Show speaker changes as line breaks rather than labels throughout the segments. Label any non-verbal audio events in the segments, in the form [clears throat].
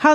Hello，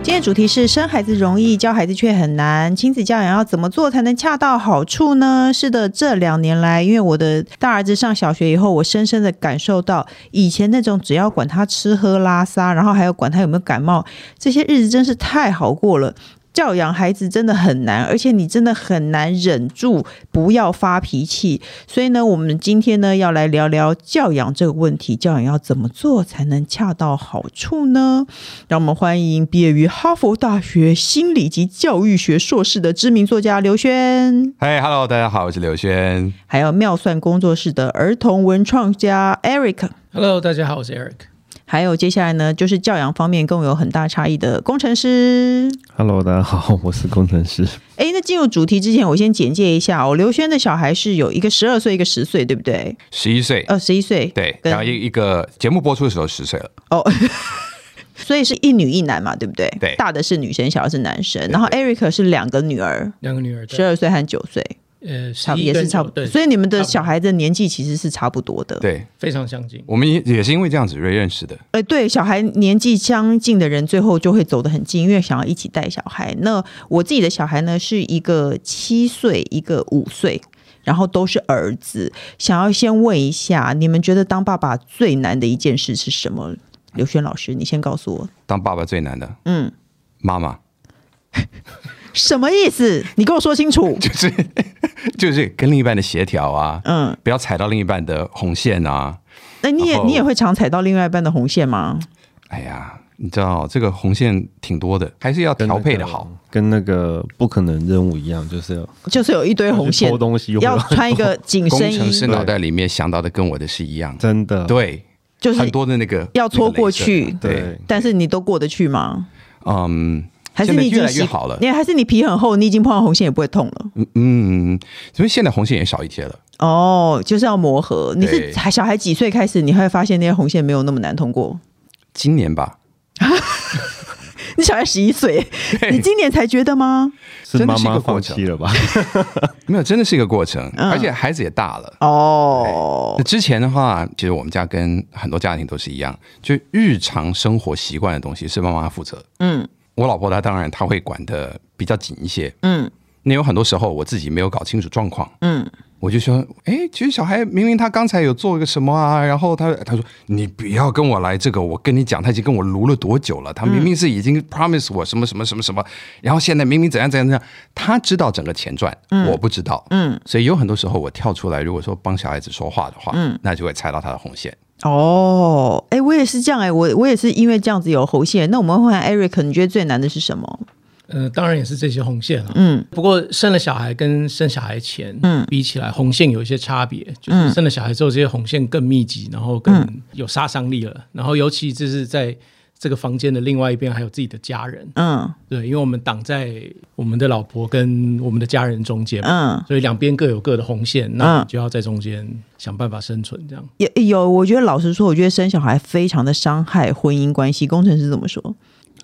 今天的主题是生孩子容易，教孩子却很难。亲子教养要怎么做才能恰到好处呢？是的，这两年来，因为我的大儿子上小学以后，我深深的感受到，以前那种只要管他吃喝拉撒，然后还有管他有没有感冒，这些日子真是太好过了。教养孩子真的很难，而且你真的很难忍住不要发脾气。所以呢，我们今天呢要来聊聊教养这个问题，教养要怎么做才能恰到好处呢？让我们欢迎毕业于哈佛大学心理及教育学硕士的知名作家刘轩，
嗨、h e l l o 大家好，我是刘轩。
还有妙算工作室的儿童文创家 Eric。
Hello，大家好，我是 Eric。
还有接下来呢，就是教养方面跟我有很大差异的工程师。
Hello，大家好， [laughs] 我是工程师。
诶，哎那进入主题之前，我先简介一下哦。刘轩的小孩是有一个十二岁，一个十岁，对不对？
十一岁，
呃，十一岁，
对，
跟
然后一一个节目播出的时候十岁了，
哦，所以是一女一男嘛，对不对？
对
大的是女生，小的是男生。然后 Eric 是两个女儿，
两个女儿，
十
对
二岁和九岁，
呃，
啊
十
差不
一
也是
跟
差不
九对，
所以你们的
差不多
小孩的年纪其实是差不多的。，
对
非常相近。
我们也也是因为这样子认识的。
呃，对，小孩年纪相近的人，最后就会走得很近，因为想要一起带小孩。那我自己的小孩呢，是一个七岁，一个五岁。然后都是儿子，想要先问一下，你们觉得当爸爸最难的一件事是什么？刘轩老师，你先告诉我，
当爸爸最难的，
嗯，
妈妈 [laughs]
什么意思？你跟我说清楚。
就是就是跟另一半的协调啊，
嗯，
不要踩到另一半的红线啊。
那你也
然后
你也会常踩到另外一半的红线吗？
哎呀，你知道这个红线挺多的，还是要调配的好。
跟那个不可能任务一样，就是要
就是有一堆红线
偷，东西回来，
要穿一个紧
工
身
程师
衣，
脑袋里面想到的跟我的是一样的，
真的
对，
就是
很多的那个
要戳
那个
过
镭射
去
对
对，
但是你都过得去吗？
嗯，
还是
现在
你已
越
经
来越
习
好了
你还是你皮很厚，你已经碰到红线也不会痛了。
嗯嗯，所以现在红线也少一些了。
哦，就是要磨合。你是
对
还小孩几岁开始，你会发现那些红线没有那么难通过？
今年吧，
你小孩十一岁，你今年才觉得吗？
是
真的
妈
是一个
妈
过
放
程
弃了吧？
没有，真的是一个过程，
嗯
而且孩子也大了。
哦
那，之前的话，其实我们家跟很多家庭都是一样，就日常生活习惯的东西是妈妈负责。
嗯
我老婆她当然她会管的比较紧一些。
嗯
那有很多时候我自己没有搞清楚状况，
嗯，
我就说，哎，其实小孩明明他刚才有做一个什么啊，然后他他说你不要跟我来这个，我跟你讲，他已经跟我撸了多久了，他明明是已经 promise 我什么什么什么什么，然后现在明明怎样怎样怎样，他知道整个前传，我不知道，
嗯，
所以有很多时候我跳出来，如果说帮小孩子说话的话，嗯，那就会猜到他的红线。
哦，哎、我也是这样哎、我我也是因为这样子有红线。那我们问问 Eric，你觉得最难的是什么？
呃，当然也是这些红线了。
嗯，
不过生了小孩跟生小孩前，
嗯
比起来红线有一些差别，就是生了小孩之后，这些红线更密集，然后
嗯
更有杀伤力了。然后尤其就是在这个房间的另外一边，还有自己的家人，
嗯
对，因为我们挡在我们的老婆跟我们的家人中间嘛，
嗯，
所以两边各有各的红线，那
嗯
你就要在中间想办法生存，这样。
有有，我觉得老实说，我觉得生小孩非常的伤害婚姻关系。工程师怎么说？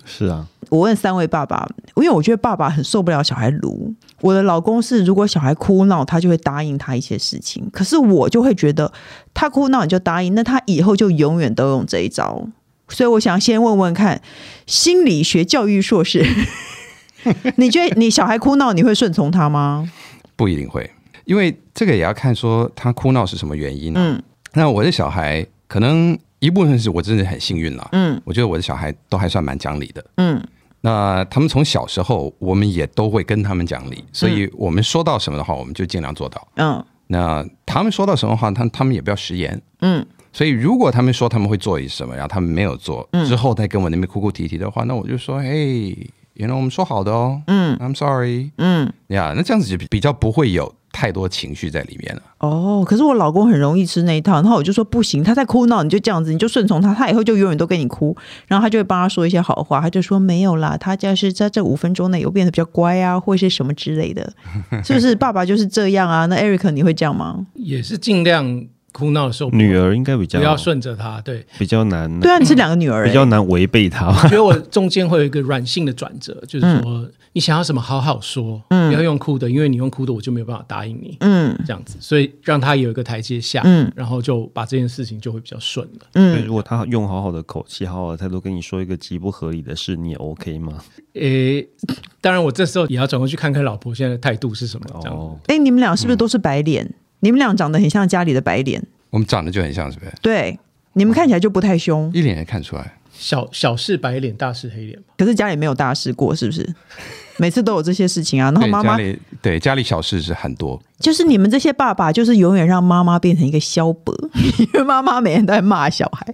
是啊，
我问三位爸爸，因为我觉得爸爸很受不了小孩撸。我的老公是，如果小孩哭闹，他就会答应他一些事情，可是我就会觉得他哭闹你就答应，那他以后就永远都用这一招。所以我想先问问看，心理学教育硕士， [laughs] 你觉得你小孩哭闹你会顺从他吗？
不一定会，因为这个也要看说他哭闹是什么原因、啊。
嗯
那我的小孩可能一部分是我真的很幸运了，
嗯
我觉得我的小孩都还算蛮讲理的。
嗯
那他们从小时候，我们也都会跟他们讲理，所以我们说到什么的话，我们就尽量做到。
嗯
那他们说到什么话，他他们也不要食言。
嗯
所以如果他们说他们会做一什么，然后他们没有做，之后再跟我那边哭哭啼啼的话，那我就说，嘿，原来我们说好的哦，
嗯
，I'm sorry
嗯。
呀、那这样子就比比较不会有太多情绪在里面了。
哦，可是我老公很容易吃那一套，然后我就说不行，他在哭闹，你就这样子，你就顺从他，他以后就永远都跟你哭。然后他就会帮他说一些好话，他就说没有啦，他就是在这五分钟内有变得比较乖啊，或是什么 [laughs] 之类的，是不是？爸爸就是这样啊？那 Eric 你会这样吗？
也是尽量哭闹的时候，
女儿应该比较
不要顺着他。对，
比较难，
对啊，你是两个女儿、欸，
比较难违背他
我
吧。
觉得我中间会有一个软性的转折，就是说你想要什么好好说，不要用哭的，因为你用哭的我就没有办法答应你。
嗯
这样子，所以让他有一个台阶下，
嗯
然后就把这件事情就会比较顺了。
所以
嗯
如果他用好好的口气、好好的态度跟你说一个极不合理的事，你也 OK 吗？
诶、当然我这时候也要转过去看看老婆现在的态度是什么，这样子。
哦，
哎、你们俩是不是都是白脸？你们俩长得很像家里的白脸，
我们长得就很像，是不是？
对，你们看起来就不太凶，
一脸也看出来。
小小事白脸，大事黑脸嘛。
可是家里没有大事过，是不是？每次都有这些事情啊，然后
对，
妈
家
妈
里对家里小事是很多，
就是你们这些爸爸，就是永远让妈妈变成一个萧伯，因为妈妈每天都在骂小孩，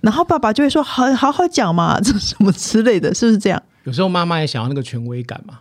然后爸爸就会说好好好讲嘛，这什么之类的，是不是这样？
有时候妈妈也想要那个权威感嘛，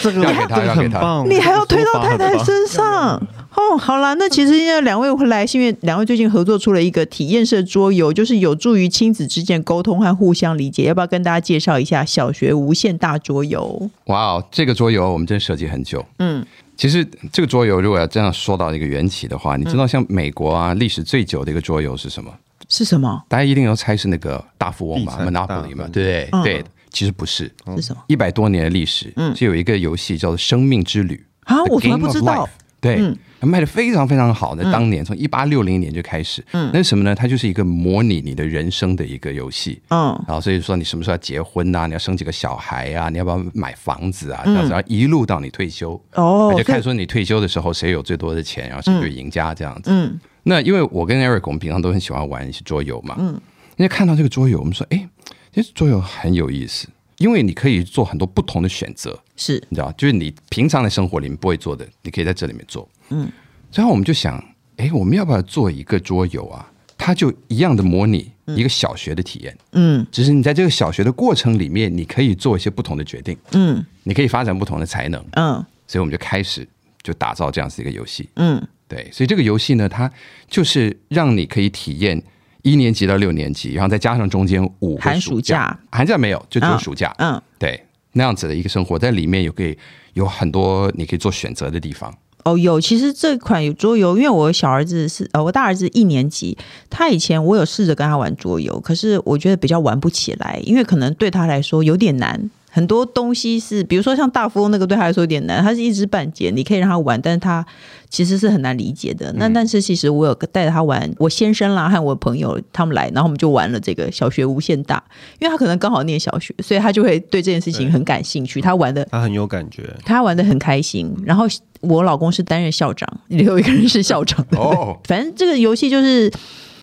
这个
要给他
这个
要给
[laughs] 很
他
棒，
你还要推到太太
这个说法很棒
身上哦。好啦，那其实现在两位会来，是因为两位最近合作出了一个体验式桌游，就是有助于亲子之间沟通和互相理解。要不要跟大家介绍一下小学无限大桌游？
哇哦，这个桌游我们真设计很久。嗯，其实这个桌游如果要这样说到一个缘起的话，你知道像美国啊历史最久的一个桌游是什么？
是什么？
大家一定要猜是那个大富翁嘛
地产大哦
，Monopoly
亨
嘛，对不对对，其实不是，
嗯是什么？
一百多年的历史，
嗯
是有一个游戏叫做《生命之旅》
啊
The
我从来
Game
不知
of
道嗯
Life，对，它卖的非常非常好
嗯
的，当年从一八六零年就开始，那是什么呢？它就是一个模拟你的人生的一个游戏。
嗯
然后所以说你什么时候要结婚啊呐、你要生几个小孩啊？你要不要买房子啊？这
嗯
样子，然后一路到你退休，
哦
那就看
所
说你退休的时候谁有最多的钱，然后谁就是赢家这样子。
嗯
那因为我跟 Eric 我们平常都很喜欢玩一些桌游嘛，嗯，人家看到这个桌游，我们说，哎，其实桌游很有意思，因为你可以做很多不同的选择，
是
你知道，就是你平常的生活里面不会做的，你可以在这里面做。嗯，然后我们就想，哎，我们要不要做一个桌游啊？它就一样的模拟一个小学的体验，
嗯
只是你在这个小学的过程里面，你可以做一些不同的决定，
嗯
你可以发展不同的才能，
嗯
所以我们就开始就打造这样子一个游戏。
嗯
对，所以这个游戏呢，它就是让你可以体验一年级到六年级，然后再加上中间五个
寒暑
暑
假，
寒假没有，就只有
嗯
暑假，
嗯，
对，那样子的一个生活，在里面有可以有很多你可以做选择的地方。
哦，有，其实这款有桌游，因为我小儿子是呃，我大儿子一年级，他以前我有试着跟他玩桌游，可是我觉得比较玩不起来，因为可能对他来说有点难，很多东西是，比如说像大富翁那个对他来说有点难，他是一知半解，你可以让他玩，但是他其实是很难理解的。那但是其实我有带着他玩，我先生啦和我朋友他们来，然后我们就玩了这个小学无限大，因为他可能刚好念小学，所以他就会对这件事情很感兴趣，他玩的
他很有感觉，
他玩的很开心。然后我老公是担任校长，有一个人是校长。
哦，
[laughs] 反正这个游戏就是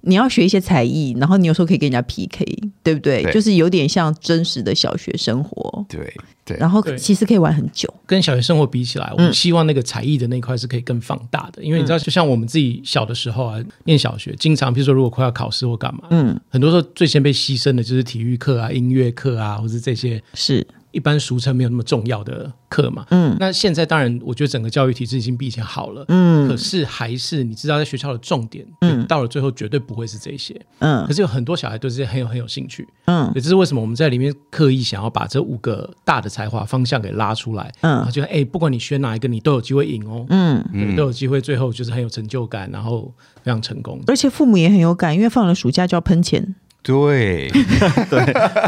你要学一些才艺，然后你有时候可以跟人家 PK，对不对？
对
就是有点像真实的小学生活，
[laughs] 对对，
然后
对
其实可以玩很久。
跟小学生活比起来，我
嗯
们希望那个才艺的那一块是可以更放大的，因为你知道，就像我们自己小的时候啊，念小学，经常比如说如果快要考试或干嘛，
嗯，
很多时候最先被牺牲的就是体育课啊、音乐课啊，或是这些
是，
一般俗称没有那么重要的课嘛。
嗯
那现在当然，我觉得整个教育体制已经比以前好了，嗯，可是还是你知道，在学校的重点，嗯，到了最后绝对不会是这些，
嗯
可是有很多小孩对这些很有很有兴趣，
嗯
也这是为什么我们在里面刻意想要把这五个大的才华方向给拉出来，
嗯
然后就哎、不管你选哪一个，你都有机会赢哦，
嗯。
对都有机会，最后就是很有成就感，然后非常成功。
而且父母也很有感，因为放了暑假就要喷
[laughs]
钱。
对，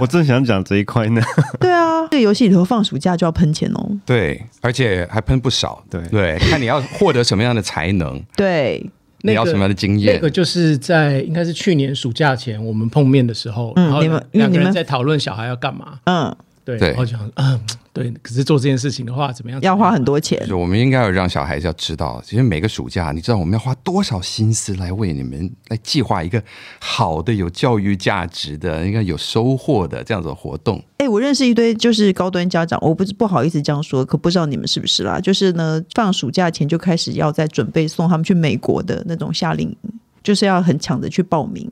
我正想讲这一块呢。
对啊，这个游戏里头放暑假就要喷钱哦。
对，而且还喷不少，
对
对，看你要获得什么样的才能，
对，
那个
你要什么样的经
那
验
个，就是在应该是去年暑假前我们碰面的时候，然后
嗯你们
两
你
个
们
人在讨论小孩要干嘛，
嗯，
对，
对
然后讲嗯对，可是做这件事情的话怎么样？
要花很多钱。
就我们应该要让小孩子要知道，其实每个暑假，你知道我们要花多少心思来为你们来计划一个好的、有教育价值的、应该有收获的这样子的活动。
哎、我认识一堆就是高端家长，我不不好意思这样说，可不知道你们是不是啦。就是呢，放暑假前就开始要在准备送他们去美国的那种夏令营，就是要很抢着去报名。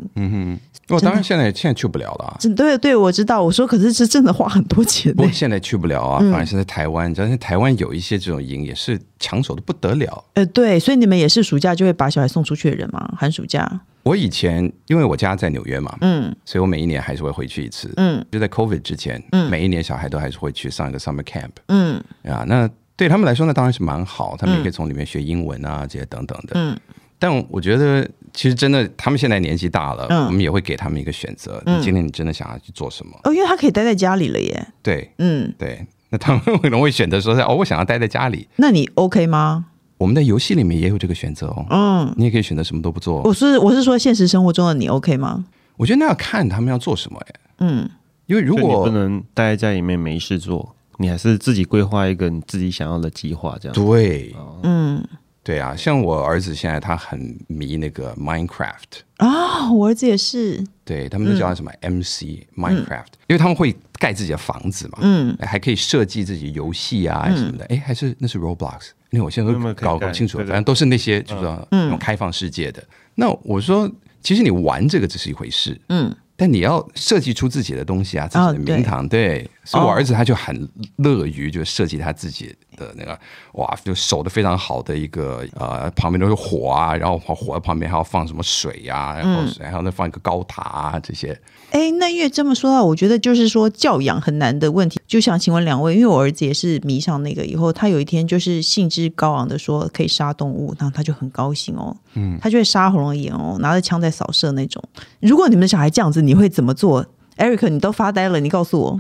我
真的
当然现在现在去不了了啊。
真对对，我知道，我说可是这真的花很多钱、
不过
欸。
现在去不了啊，反而是在台湾。你知道，现在台湾有一些这种营也是抢手的不得了。
呃，对，所以你们也是暑假就会把小孩送出去的人吗？寒暑假？
我以前因为我家在纽约嘛，
嗯
所以我每一年还是会回去一次。
嗯
就在 COVID 之前，每一年小孩都还是会去上一个 summer camp
嗯
啊。那对他们来说，那当然是蛮好，他们也可以从里面学英文啊，这些等等的。
嗯
但我觉得其实真的，他们现在年纪大了，
嗯
我们也会给他们一个选择。
嗯
你今天你真的想要去做什么？
哦，因为他可以待在家里了耶。
对
嗯，
对，那他们可能会选择说是 [laughs] 哦，我想要待在家里。
那你 OK 吗？
我们在游戏里面也有这个选择哦，
嗯，
你也可以选择什么都不做哦。
我是我是说现实生活中的你 OK 吗？
我觉得那要看他们要做什么哎，
嗯，
因为如
就你不
果
能待在家里面没事做，你还是自己规划一个你自己想要的计划，这样。
哦
对
嗯
对啊，像我儿子现在他很迷那个 Minecraft。
啊、我儿子也是，
对他
嗯
们就叫它什么 MC、Minecraft，因为他们会盖自己的房子嘛，哎
嗯，
还可以设计自己游戏啊什么的。哎、还是那是 Roblox，那我现在
那
都
么可以
搞
盖
搞不清楚了，
对对嗯
反正都是那些就是说
嗯
那种开放世界的。那我说，其实你玩这个只是一回事，
嗯，
但你要设计出自己的东西啊，自己
哦
的名堂，对。所以我儿子他就很乐于就设计他自己的那个，哇，就守的非常好的一个呃，旁边都是火啊，然后火旁边还要放什么水呀、啊，然后还要再放一个高塔啊这些。
哎，那因为这么说到，我觉得就是说教养很难的问题，就想请问两位，因为我儿子也是迷上那个，以后他有一天就是兴致高昂的说可以杀动物，然后他就很高兴哦，嗯，他就会杀红了眼哦，拿着枪在扫射那种。如果你们的小孩这样子，你会怎么做？Eric，你都发呆了，你告诉我，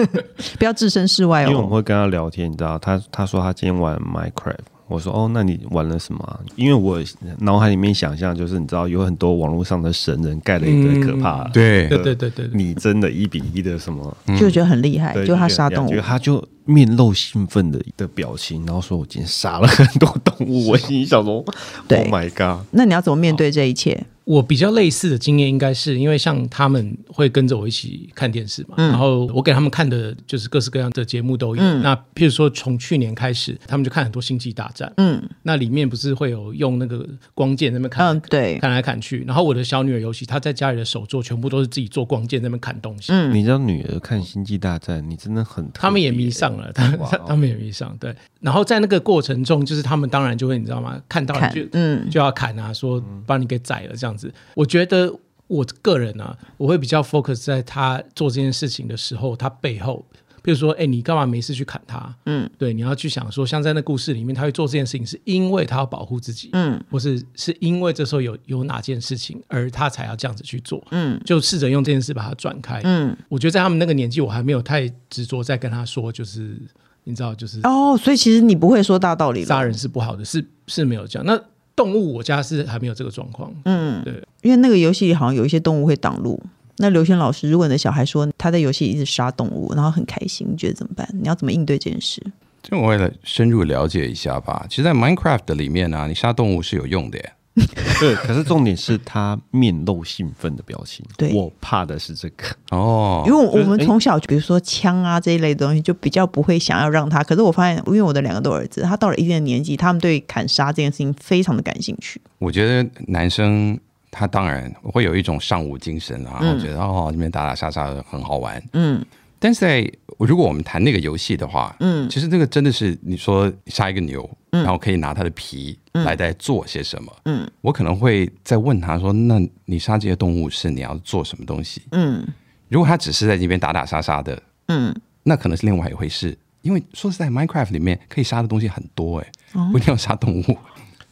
[laughs] 不要置身事外
因为我们
哦。
会跟他聊天，你知道，他他说他今天玩 Minecraft，我说哦，那你玩了什么啊、因为我脑海里面想象就是，你知道有很多网络上的神人盖了一个可怕
嗯
的，
对
对对对对对，
拟真的一比一的什么，
就觉得很厉害，
对
哎就他
觉得
杀
很厉害
动物
觉得，他就面露兴奋的的表情，然后说我今天杀了很多动物，我心里想说，Oh
对
my god，
那你要怎么面对这一切？
我比较类似的经验，应该是因为像他们会跟着我一起看电视嘛，
嗯
然后我给他们看的就是各式各样的节目都有。那譬如说从去年开始，他们就看很多《星际大战》，
嗯
那里面不是会有用那个光剑在那边砍、
嗯，对，
砍来砍去，然后我的小女儿尤其她在家里的手作全部都是自己做光剑在那边砍东西。
嗯
你知道女儿看《星际大战》，你真的很特别，
他们也迷上了，他他
哦
他们也迷上，对。然后在那个过程中，就是他们当然就会你知道吗？看到
看
你就
嗯
就要砍啊，说把你给宰了这样子。我觉得我个人啊，我会比较 focus 在他做这件事情的时候，他背后，比如说，哎，你干嘛没事去砍他？
嗯，
对，你要去想说，像在那故事里面，他会做这件事情，是因为他要保护自己，
嗯
或是是因为这时候有有哪件事情，而他才要这样子去做，
嗯
就试着用这件事把它转开。
嗯，
我觉得在他们那个年纪，我还没有太执着在跟他说，就是你知道，就是
哦，所以其实你不会说大道理了
杀人是不好的，是是没有这样。那动物我家是还没有这个状况，
嗯，
对，
因为那个游戏里好像有一些动物会挡路。那刘轩老师，如果你的小孩说他在游戏里一直杀动物，然后很开心，你觉得怎么办？你要怎么应对这件事？
就为了深入了解一下吧。其实，在 Minecraft 的里面呢、你杀动物是有用的耶。
[laughs] 对，可是重点是他面露兴奋的表情。
对
我怕的是这
[laughs]
个。
哦
因为，我们
诶
从小，比如说枪啊这一类的东西，就比较不会想要让他。可是我发现，因为我的两个都儿子，他到了一定的年纪，他们对砍杀这件事情非常的感兴趣。
我觉得男生他当然会有一种尚武精神啊，我觉得哦，这边打打杀杀很好玩。
嗯
但是在如果我们谈那个游戏的话，
嗯
其实那个真的是你说杀一个牛，然后可以拿它的皮来再做些什么。
嗯，
我可能会再问他说：“那你杀这些动物是你要做什么东西
嗯？”
如果他只是在那边打打杀杀的，
嗯，
那可能是另外一回事。因为说实在，Minecraft 里面可以杀的东西很多、欸，
哦
不一定要杀动物。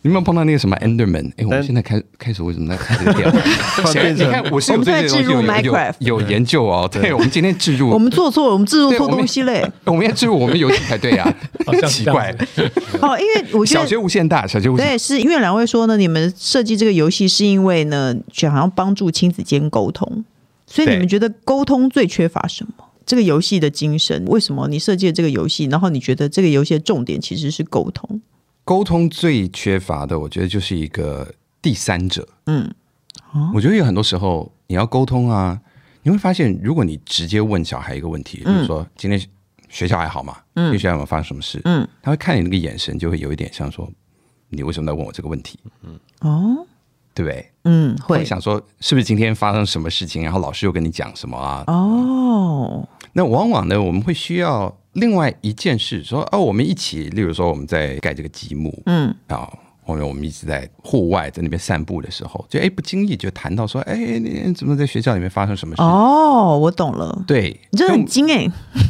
你有没有碰到那个什么 Enderman？哎、我们现在开开始为什么在开这个
[laughs]
电话？谁你看，我是
我们
有对这个东
在置
西有
入 Minecraft
有有研究哦。对，我们今天置入，
我们做错了，我们制作
对
错
我们
东西嘞。
我们要置入我们游戏才对啊
好 [laughs] 像，
奇
是这
怪
样。
[laughs]
子
哦，因为我觉
小
得
学无限大，小学无限
对，是因为两位说呢，你们设计这个游戏是因为呢，想要帮助亲子间沟通，所以
对
你们觉得沟通最缺乏什么？这个游戏的精神，为什么你设计了这个游戏，然后你觉得这个游戏的重点其实是沟通？
沟通最缺乏的，我觉得就是一个第三者。哦
嗯，
我觉得有很多时候你要沟通啊，你会发现，如果你直接问小孩一个问题，
嗯
比如说今天学校还好吗？嗯，学校有没有发生什么事？
嗯，
他会看你那个眼神，就会有一点像说，你为什么在问我这个问题？
哦，
对不对？
嗯，
他
会
会想说，是不是今天发生什么事情？然后老师又跟你讲什么啊？
哦，
那往往呢，我们会需要另外一件事，说哦，我们一起，例如说我们在盖这个积木，
嗯
啊，后面我们一直在户外在那边散步的时候，就哎不经意就谈到说，哎，你怎么在学校里面发生什么事？
哦，我懂了，
对，
你真的
所以
很精哎、
我们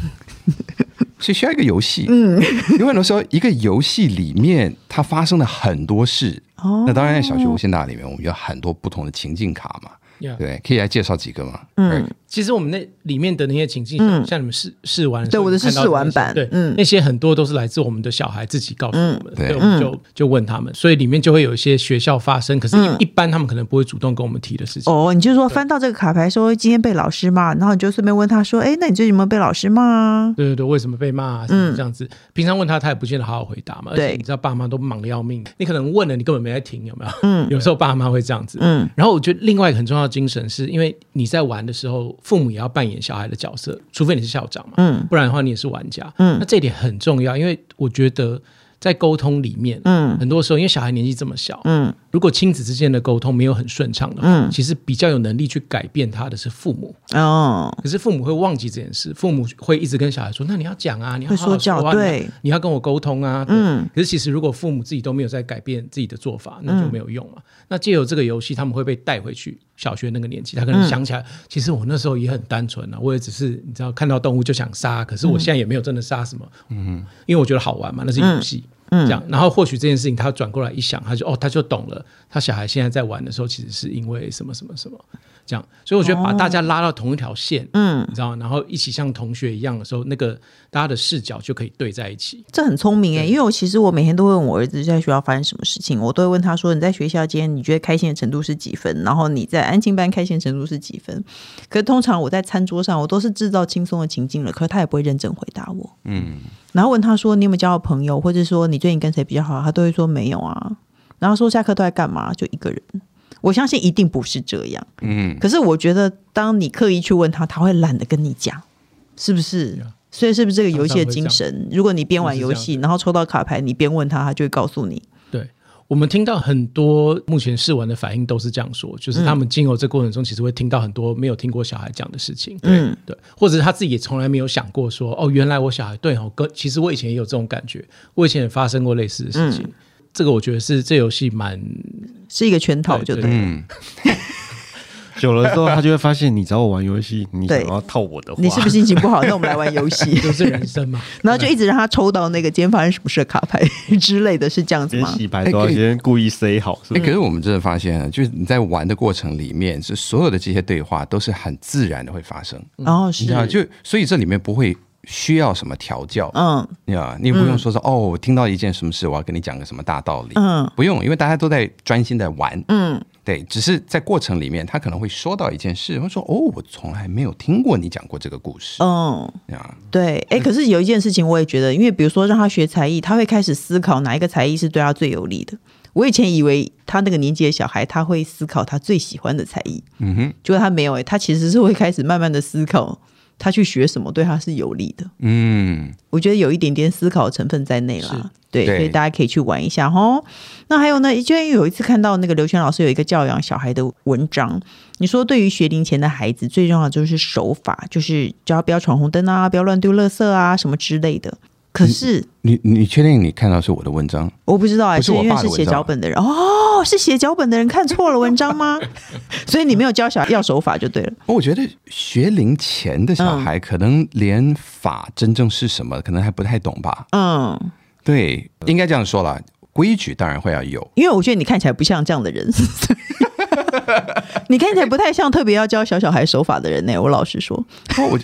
是需要一个游戏，嗯，因为很多时候一个游戏里面它发生了很多事，
哦
那当然，在小学无限大里面，我们有很多不同的情境卡嘛，
Yeah
对，可以来介绍几个嘛？嗯，
其实我们那里面的那些情境，像你们试试玩的
嗯
时
对
候，
我的是
你看到
试玩
那些
版
对，
嗯
那些很多都是来自我们的小孩自己告诉我们的，
对
对，我们就就问他们，所以里面就会有一些学校发生，可是一一般他们可能不会主动跟我们提的事情。
嗯哦，你就说翻到这个卡牌说今天被老师骂，然后你就顺便问他说，哎，那你最近有没有被老师骂啊？
对对对，为什么被骂、啊？什么这样子？平常问他，他也不见得好好回答嘛。而
嗯对
且你知道，爸妈都忙得要命，你可能问了，你根本没在听，有没有？嗯，有时候爸妈会这样子。嗯，然后我觉得另外一个很重要的精神是，因为你在玩的时候，父母也要扮演小孩的角色，除非你是校长嘛，嗯，不然的话你也是玩家。嗯，那这一点很重要，因为我觉得。在沟通里面，嗯，很多时候因为小孩年纪这么小，嗯，如果亲子之间的沟通没有很顺畅的话，嗯，其实比较有能力去改变他的是父母，
哦，
可是父母会忘记这件事，父母会一直跟小孩说：“那你要讲啊，你要
会
好好
说教
啊，
对
你要你要跟我沟通啊。”嗯。可是其实如果父母自己都没有在改变自己的做法，那就没有用嘛。那借由这个游戏，他们会被带回去小学那个年纪，他可能想起来，其实我那时候也很单纯啊，我也只是你知道看到动物就想杀，可是我现在也没有真的杀什么，嗯，因为我觉得好玩嘛，那是游戏。这样，然后或许这件事情他转过来一想，他就哦，他就懂了。他小孩现在在玩的时候，其实是因为什么什么什么这样，所以我觉得把大家拉到同一条线，哦嗯，你知道，然后一起像同学一样的时候，那个大家的视角就可以对在一起。
这很聪明哎，因为我其实我每天都会问我儿子在学校发生什么事情，我都会问他说：“你在学校今天你觉得开心的程度是几分？然后你在安静班开心的程度是几分？”可是通常我在餐桌上，我都是制造轻松的情境了，可是他也不会认真回答我。嗯，然后问他说：“你有没有交到朋友？或者说你最近跟谁比较好？”他都会说：“没有啊。”然后说下课都在干嘛？就一个人。我相信一定不是这样，嗯。可是我觉得，当你刻意去问他，他会懒得跟你讲，是不是
Yeah
所以是不是这个游戏
常常
的
会
精
这样
神？如果你边玩游戏，然后抽到卡牌，你边问他，他就会告诉你。
对我们听到很多目前试玩的反应都是这样说，就是他们经由这过程中，其实会听到很多没有听过小孩讲的事情，对、对，或者是他自己也从来没有想过说，哦，原来我小孩对哦，跟其实我以前也有这种感觉，我以前也发生过类似的事情。这个我觉得是这游戏蛮 [laughs]
是一个圈套，就
对
对
对
了。
[laughs] 久了之后，他就会发现你找我玩游戏，你想
对
要套我的话，
你是不是心情不好？那我们来玩游戏，
就是人生嘛，
然后就一直让他抽到那个今天发生什么事的卡牌之类的，是这样子
连
吗？
洗牌都要先故意塞好，是不
哎，
是？
可是我们真的发现啊，就是你在玩的过程里面，是所有的这些对话都是很自然的会发生，
然后
你
是
知道，就所以这里面不会需要什么调教，
嗯
呀，你不用说是、哦，我听到一件什么事，我要跟你讲个什么大道理，
嗯，
不用，因为大家都在专心的玩，
嗯，
对，只是在过程里面，他可能会说到一件事，他说哦，我从来没有听过你讲过这个故事，
嗯，
呀、
对。哎、可是有一件事情我也觉得，因为比如说让他学才艺，他会开始思考哪一个才艺是对他最有利的。我以前以为他那个年纪的小孩，他会思考他最喜欢的才艺，
嗯哼，
结果他没有、哎，他其实是会开始慢慢的思考，他去学什么对他是有利的。
嗯，
我觉得有一点点思考成分在内啦。对，
对
所以大家可以去玩一下吼。那还有呢，就因为有一次看到那个刘轩老师有一个教养小孩的文章，你说对于学龄前的孩子，最重要的就是手法，就是只要不要闯红灯啊，不要乱丢垃圾啊，什么之类的。可是
你你确定你看到是我的文章？
我不知道哎、
不
是
是
因
我
为
爸的
是
文章啊
写脚本的人哦，是写脚本的人看错了文章
[laughs]
吗？所以你没有教小孩要手法就对了。
我觉得学龄前的小
嗯
孩可能连法真正是什么，可能还不太懂吧。
嗯，
对，应该这样说啦，规矩当然会要有，
因为我觉得你看起来不像这样的人， [laughs] 所以你看起来不太像特别要教小小孩手法的人呢、我老实说，
不过我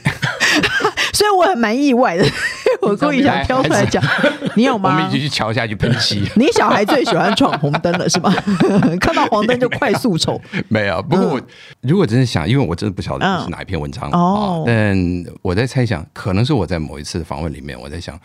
所以我很蛮意外的， [laughs] 我故意想挑出来讲， [laughs] 你有
[laughs] 我们
吗
一起？去桥下去喷
[laughs]
漆。
你小孩最喜欢闯红灯了是吧？ [laughs] 看到黄灯就快速走。
没有，不过我、如果真的想，因为我真的不晓得是哪一篇文章、
嗯哦
啊，但我在猜想，可能是我在某一次的访问里面，我在想，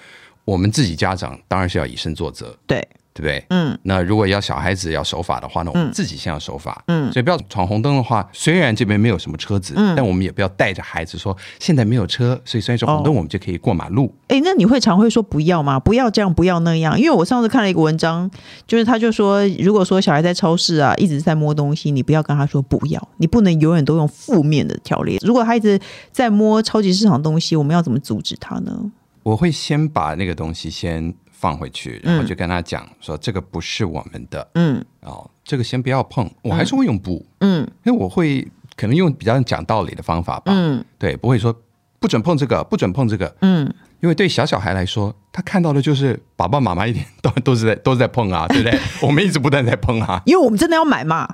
我们自己家长当然是要以身作则，
对，
对不对？
嗯，
那如果要小孩子要守法的话，那我们自己先要守法，嗯，所以不要闯红灯的话，虽然这边没有什么车子，
嗯
但我们也不要带着孩子说现在没有车，所以虽然说红灯，
哦
我们就可以过马路。
哎，那你会常会说不要吗？不要这样，不要那样。因为我上次看了一个文章，就是他就说，如果说小孩在超市啊一直在摸东西，你不要跟他说不要，你不能永远都用负面的条例。如果他一直在摸超级市场的东西，我们要怎么阻止他呢？
我会先把那个东西先放回去，然后就跟他讲说这个不是我们的，
嗯，
哦，这个先不要碰，我还是会用布，
嗯，
因为我会可能用比较讲道理的方法吧，嗯，对，不会说不准碰这个，不准碰这个。
嗯，
因为对小小孩来说，他看到的就是爸爸妈妈一天 [laughs] 都都是在都是在
[laughs]
碰啊，对不对？我们一直不断在碰啊，
因为我们真的要买嘛，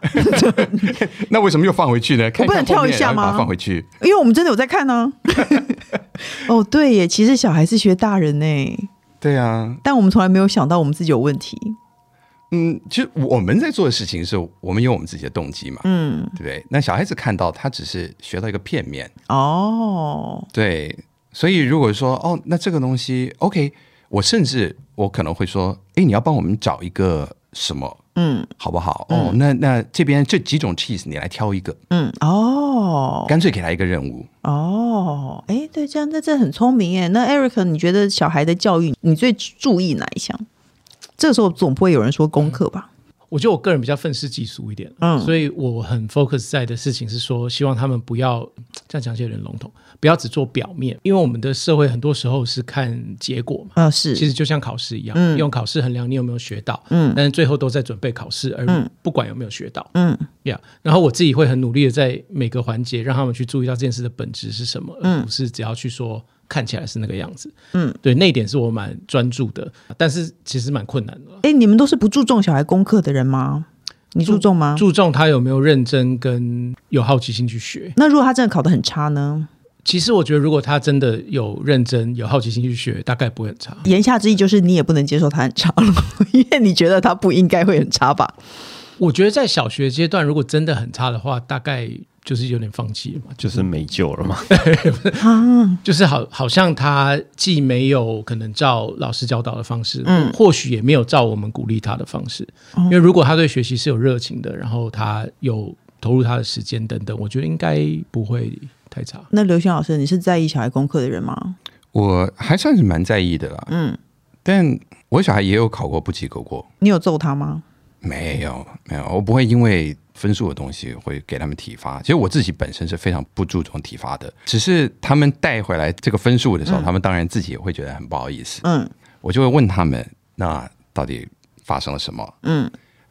那为什么又放回去呢？看
我不能
看
跳
后
一
面
下
然后把
吗
它放回去，
因为我们真的有在看呢、 [laughs] 哦，对耶，其实小孩是学大人呢，
对啊。
但我们从来没有想到我们自己有问题。
嗯，其实我们在做的事情是我们有我们自己的动机嘛，
嗯，
对不对？那小孩子看到他只是学到一个片面，
哦，
对。所以如果说哦，那这个东西 OK，我甚至我可能会说，哎，你要帮我们找一个什么，
嗯
好不好？哦，那那这边这几种 cheese 你来挑一个，
嗯，哦
干脆给他一个任务。
哦，哎，对，这样那这很聪明耶。那 Eric，你觉得小孩的教育你最注意哪一项？这个时候总不会有人说功
嗯
课吧？
我觉得我个人比较愤世嫉俗一点，
嗯
所以我很 focus 在的事情是说，希望他们不要这样讲，起来有点笼统，不要只做表面，因为我们的社会很多时候是看结果嘛。
呃，是，
其实就像考试一样，
嗯
用考试衡量你有没有学到，
嗯
但是最后都在准备考试，
嗯
而不管有没有学到，
嗯
呀、然后我自己会很努力的在每个环节让他们去注意到这件事的本质是什么，
嗯
而不是只要去说看起来是那个样子。
嗯，
对，那一点是我蛮专注的，但是其实蛮困难的啦。
哎，你们都是不注重小孩功课的人吗？你注重吗？
注重他有没有认真跟有好奇心去学。
那如果他真的考得很差呢？
其实我觉得，如果他真的有认真、有好奇心去学，大概不会很差。
言下之意就是你也不能接受他很差了， [laughs] 因为你觉得他不应该会很差吧？
我觉得在小学阶段，如果真的很差的话，大概就是有点放弃了嘛，
就是没救
[laughs]
了
哦
嘛。
啊，
就是好，好像他既没有可能照老师教导的方式，
嗯哦
或许也没有照我们鼓励他的方式。因为如果他对学习是有热情的，然后他有投入他的时间等等，我觉得应该不会太差。
那刘轩老师，你是在意小孩功课的人吗？
我还算是蛮在意的啦，
嗯，
但我小孩也有考过不及格过，
你有揍他吗？
没有没有，我不会因为分数的东西会给他们体罚。其实我自己本身是非常不注重体罚的，只是他们带回来这个分数的时候，他们当然自己也会觉得很不好意思。
嗯
我就会问他们，那到底发生了什么？
嗯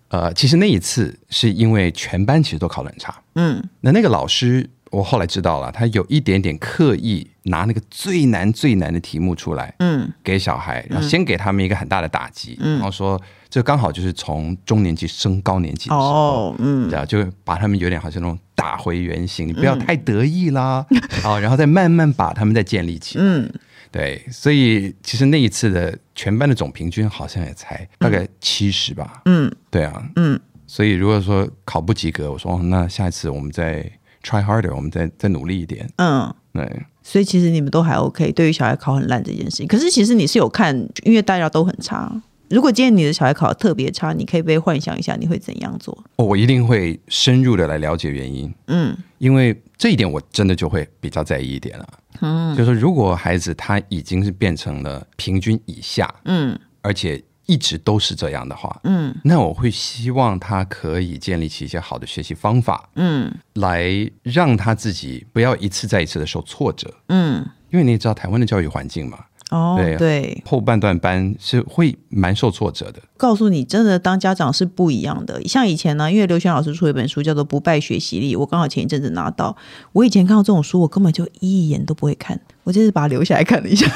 呃，其实那一次是因为全班其实都考得很差，
嗯，
那那个老师，我后来知道了，他有一点点刻意拿那个最难最难的题目出来，
嗯，
给小孩，然后先给他们一个很大的打击，然后说这刚好就是从中年级升高年级的时候。
哦，嗯
对啊，就把他们有点好像那种打回原形，你不要太得
[laughs]
意啦，啊，然后再慢慢把他们再建立起来。
嗯，
对，所以其实那一次的全班的总平均好像也才大概七十吧。
嗯，
对啊，
嗯，
所以如果说考不及格，我说、哦那下一次我们再 try harder，我们再再努力一点。
嗯。
对，
所以其实你们都还 OK，对于小孩考很烂这件事情，可是其实你是有看，因为大家都很差。如果今天你的小孩考得特别差，你可以被幻想一下你会怎样做。
哦我一定会深入的来了解原因，
嗯
因为这一点我真的就会比较在意一点了。嗯，就是说如果孩子他已经是变成了平均以下，
嗯
而且一直都是这样的话，
嗯
那我会希望他可以建立起一些好的学习方法，
嗯
来让他自己不要一次再一次的受挫折。
嗯，
因为你也知道台湾的教育环境嘛，
哦，
对啊
对，
后半段班是会蛮受挫折的。
告诉你，真的当家长是不一样的。像以前呢，因为刘轩老师出了一本书叫做《不败学习力》，我刚好前一阵子拿到。我以前看到这种书，我根本就一眼都不会看，我就是把它留下来看了 [laughs] 一下。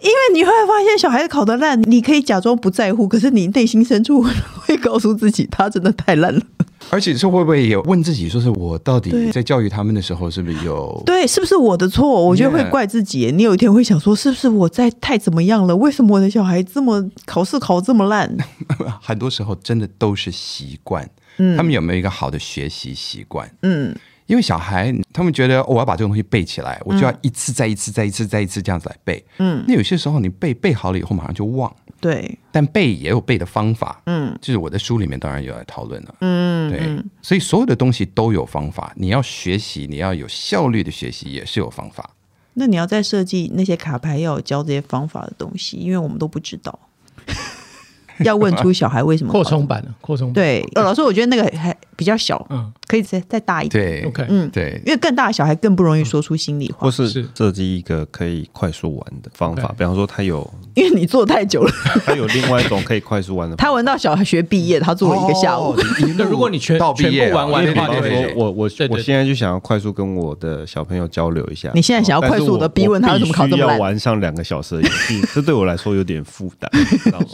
因为你会发现，小孩子考得烂，你可以假装不在乎，可是你内心深处会告诉自己，他真的太烂了。
而且这会不会也问自己，说是我到
对
底在教育他们的时候，是不是有
对，是不是我的错？我觉得会
Yeah
怪自己耶。你有一天会想说，是不是我在太怎么样了？为什么我的小孩这么考试考这么 [laughs] 烂？
[laughs] 很多时候真的都是习惯？他们有没有一个好的学习习惯？
嗯
因为小孩他们觉得、哦我要把这个东西背起来，我就要一次再一次再一次再一次这样子来背。
嗯，
那有些时候你背背好了以后马上就忘，
对，
但背也有背的方法。
嗯
就是我在书里面当然有来讨论了、
嗯，
对，
嗯
所以所有的东西都有方法。你要学习，你要有效率的学习也是有方法。
那你要在设计那些卡牌要有教这些方法的东西，因为我们都不知道。 [laughs] 要问出小孩为什么
扩
考
充版啊，扩充版。
对，呃，老师，我觉得那个还比较小，
嗯
可以再再大一点，
对
，OK，
嗯，
对
因为更大的小孩更不容易说出心里话
或，是
是
设计一个可以快速玩的方法，
对
比方说他有
因为你做太久了，
他有另外一种可以快速玩的方法
他玩到小学毕业，他做了一个下午，
哦，一路
对如果你全
到毕业
全部玩完
因
的
为比
话
方
对对
说
对，
我我
对对
我现在就想要快速跟我的小朋友交流一下。
你现在想要快速地逼问他
但是我
为什么考这么烂
我必须要玩上两个小时的游戏，这对我来说有点负担，你知道吗？